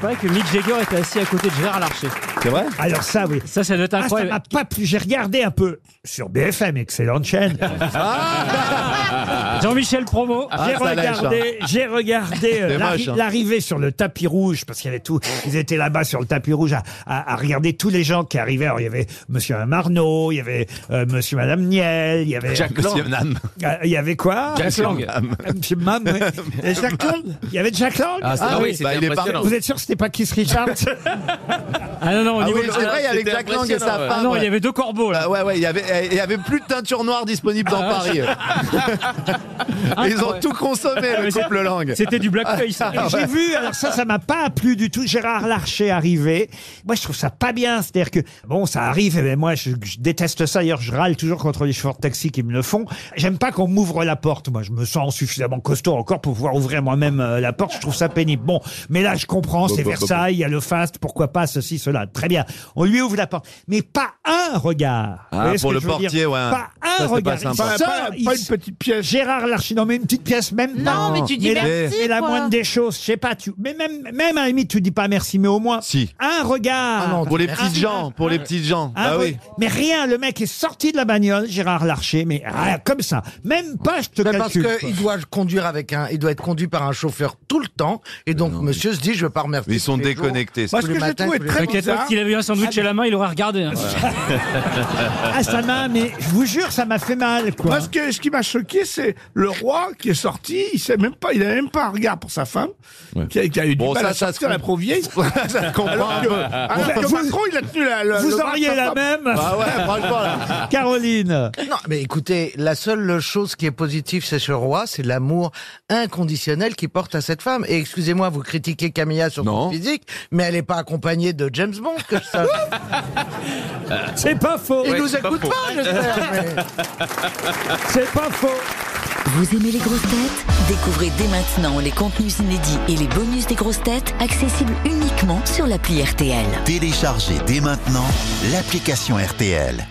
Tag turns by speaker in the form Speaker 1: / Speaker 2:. Speaker 1: paraît que Mick Jagger était assis à côté de Gérard Larcher.
Speaker 2: C'est vrai
Speaker 3: Alors ça, oui.
Speaker 1: Ça, ça doit être
Speaker 3: Ah, ça
Speaker 1: incroyable.
Speaker 3: m'a pas plu. J'ai regardé un peu sur BFM, excellente chaîne.
Speaker 2: Ah,
Speaker 1: Ah. Jean-Michel Promo. Ah,
Speaker 3: J'ai
Speaker 2: ça lèche,
Speaker 3: regardé, j'ai regardé euh,
Speaker 2: hein. C'est
Speaker 3: l'arri-
Speaker 2: moche, hein.
Speaker 3: l'arrivée sur le tapis rouge parce qu'il y avait tout. Ils étaient là-bas sur le tapis rouge à, à- à regarder tous les gens qui arrivaient. Alors il y avait Monsieur Marneau, il y avait euh, Monsieur Madame Niel, il y avait
Speaker 2: Jack Monsieur Nam.
Speaker 3: euh, il y avait quoi
Speaker 1: Jack Lang.
Speaker 3: Monsieur Mam, oui. Et Jack Lang. Il y avait Jack Lang.
Speaker 2: Ah oui,
Speaker 4: c'était
Speaker 2: bah, il est parti.
Speaker 3: Vous êtes sûr que c'était pas Keith Richards
Speaker 1: Ah non, non, au
Speaker 2: Ah
Speaker 1: niveau
Speaker 2: oui,
Speaker 1: de-
Speaker 2: c'est vrai, il y avait
Speaker 4: C'était
Speaker 2: Jack Lang et sa
Speaker 4: impressionnant, ouais.
Speaker 1: Ah
Speaker 2: femme.
Speaker 1: non, il y avait deux corbeaux là.
Speaker 2: Ah ouais, ouais, il y avait, il y avait plus de teinture noire disponible dans Paris. Et ils ont tout consommé, le
Speaker 1: mais c'est-
Speaker 2: couple langue.
Speaker 1: C'était du blackface.
Speaker 3: Et
Speaker 2: Ah,
Speaker 3: J'ai vu, alors ça, ça m'a pas plu du tout, Gérard Larcher arriver. Moi, je trouve ça pas bien. C'est-à-dire que, bon, ça arrive, mais moi, je, je déteste ça. D'ailleurs, je râle toujours contre les chauffeurs de taxi qui me le font. J'aime pas qu'on m'ouvre la porte. Moi, je me sens suffisamment costaud encore pour pouvoir ouvrir moi-même euh, la porte. Je trouve ça pénible. Bon, mais là, je comprends, c'est
Speaker 2: bon,
Speaker 3: Versailles, il y a le faste, pourquoi pas ceci, cela. Très bien. On lui ouvre la porte. Mais pas un regard. Vous
Speaker 2: Ah,
Speaker 3: voyez ce
Speaker 2: pour
Speaker 3: que
Speaker 2: le
Speaker 3: je veux dire
Speaker 2: portier, ouais.
Speaker 3: Pas
Speaker 2: Ça,
Speaker 3: un
Speaker 2: c'est pas
Speaker 3: regard.
Speaker 2: sympa.
Speaker 3: Il
Speaker 2: Pas-
Speaker 3: sort,
Speaker 5: pas-
Speaker 3: il
Speaker 5: pas
Speaker 3: s-
Speaker 5: une petite pièce.
Speaker 3: Gérard Larcher, non mais une petite pièce même pas.
Speaker 6: Non, mais tu dis
Speaker 3: la-
Speaker 6: merci,
Speaker 3: mais la
Speaker 6: quoi.
Speaker 3: moindre des choses, je sais pas, tu, mais même, même à la limite, tu dis pas merci, mais au moins,
Speaker 2: Si.
Speaker 3: un regard.
Speaker 2: Ah Pour les petites
Speaker 3: Un-
Speaker 2: gens, pour les petites gens.
Speaker 3: un
Speaker 2: Ah
Speaker 3: re-
Speaker 2: oui.
Speaker 3: Mais rien, le mec est sorti de la bagnole, Gérard Larcher, mais rien, comme ça. Même pas, je te
Speaker 7: Mais parce
Speaker 3: calcule. quoi.
Speaker 7: qu'il doit conduire avec un, il doit être conduit par un chauffeur tout le temps, et donc monsieur se dit je veux pas remercier.
Speaker 2: Mais ils sont
Speaker 7: tous les jours.
Speaker 2: déconnectés.
Speaker 5: Moi,
Speaker 7: Tous
Speaker 5: ce
Speaker 7: les
Speaker 5: que j'ai
Speaker 7: matins,
Speaker 5: trouvé
Speaker 7: tous les
Speaker 5: très
Speaker 1: T'inquiète pas,
Speaker 5: bizarre,
Speaker 1: s'il avait eu un sandwich à la main, il aurait regardé. hein.
Speaker 3: Ah, ça m'a, mais je vous jure, ça m'a fait mal, quoi.
Speaker 5: moi, ce, que- ce qui m'a choqué, c'est le roi qui est sorti, il sait même pas, il a même pas un regard pour sa femme, qui, a, qui a eu
Speaker 2: Bon, Ah,
Speaker 5: du mal
Speaker 2: ça,
Speaker 5: à
Speaker 2: ça
Speaker 5: sortir
Speaker 2: se-
Speaker 5: la provier.
Speaker 2: ça se comprend
Speaker 5: Alors
Speaker 2: un
Speaker 5: que,
Speaker 2: peu.
Speaker 5: alors que Macron, il a tenu la. la- le
Speaker 3: vous
Speaker 5: bras de
Speaker 3: auriez
Speaker 5: sa
Speaker 3: la
Speaker 5: femme.
Speaker 3: même,
Speaker 2: Ah ouais, franchement, là.
Speaker 3: Caroline.
Speaker 7: Non, mais écoutez, la seule chose qui est positive chez ce roi, c'est l'amour inconditionnel qu'il porte à cette femme. Et excusez-moi, vous critiquez Camilla sur
Speaker 2: Non.
Speaker 7: son physique, mais elle n'est pas accompagnée de James Bond, que je sache.
Speaker 3: C'est pas faux.
Speaker 7: Il nous écoute pas, j'espère. mais-
Speaker 3: C'est pas faux.
Speaker 8: Vous aimez les grosses têtes Découvrez dès maintenant les contenus inédits et les bonus des grosses têtes accessibles uniquement sur l'appli RTL.
Speaker 9: Téléchargez dès maintenant l'application RTL.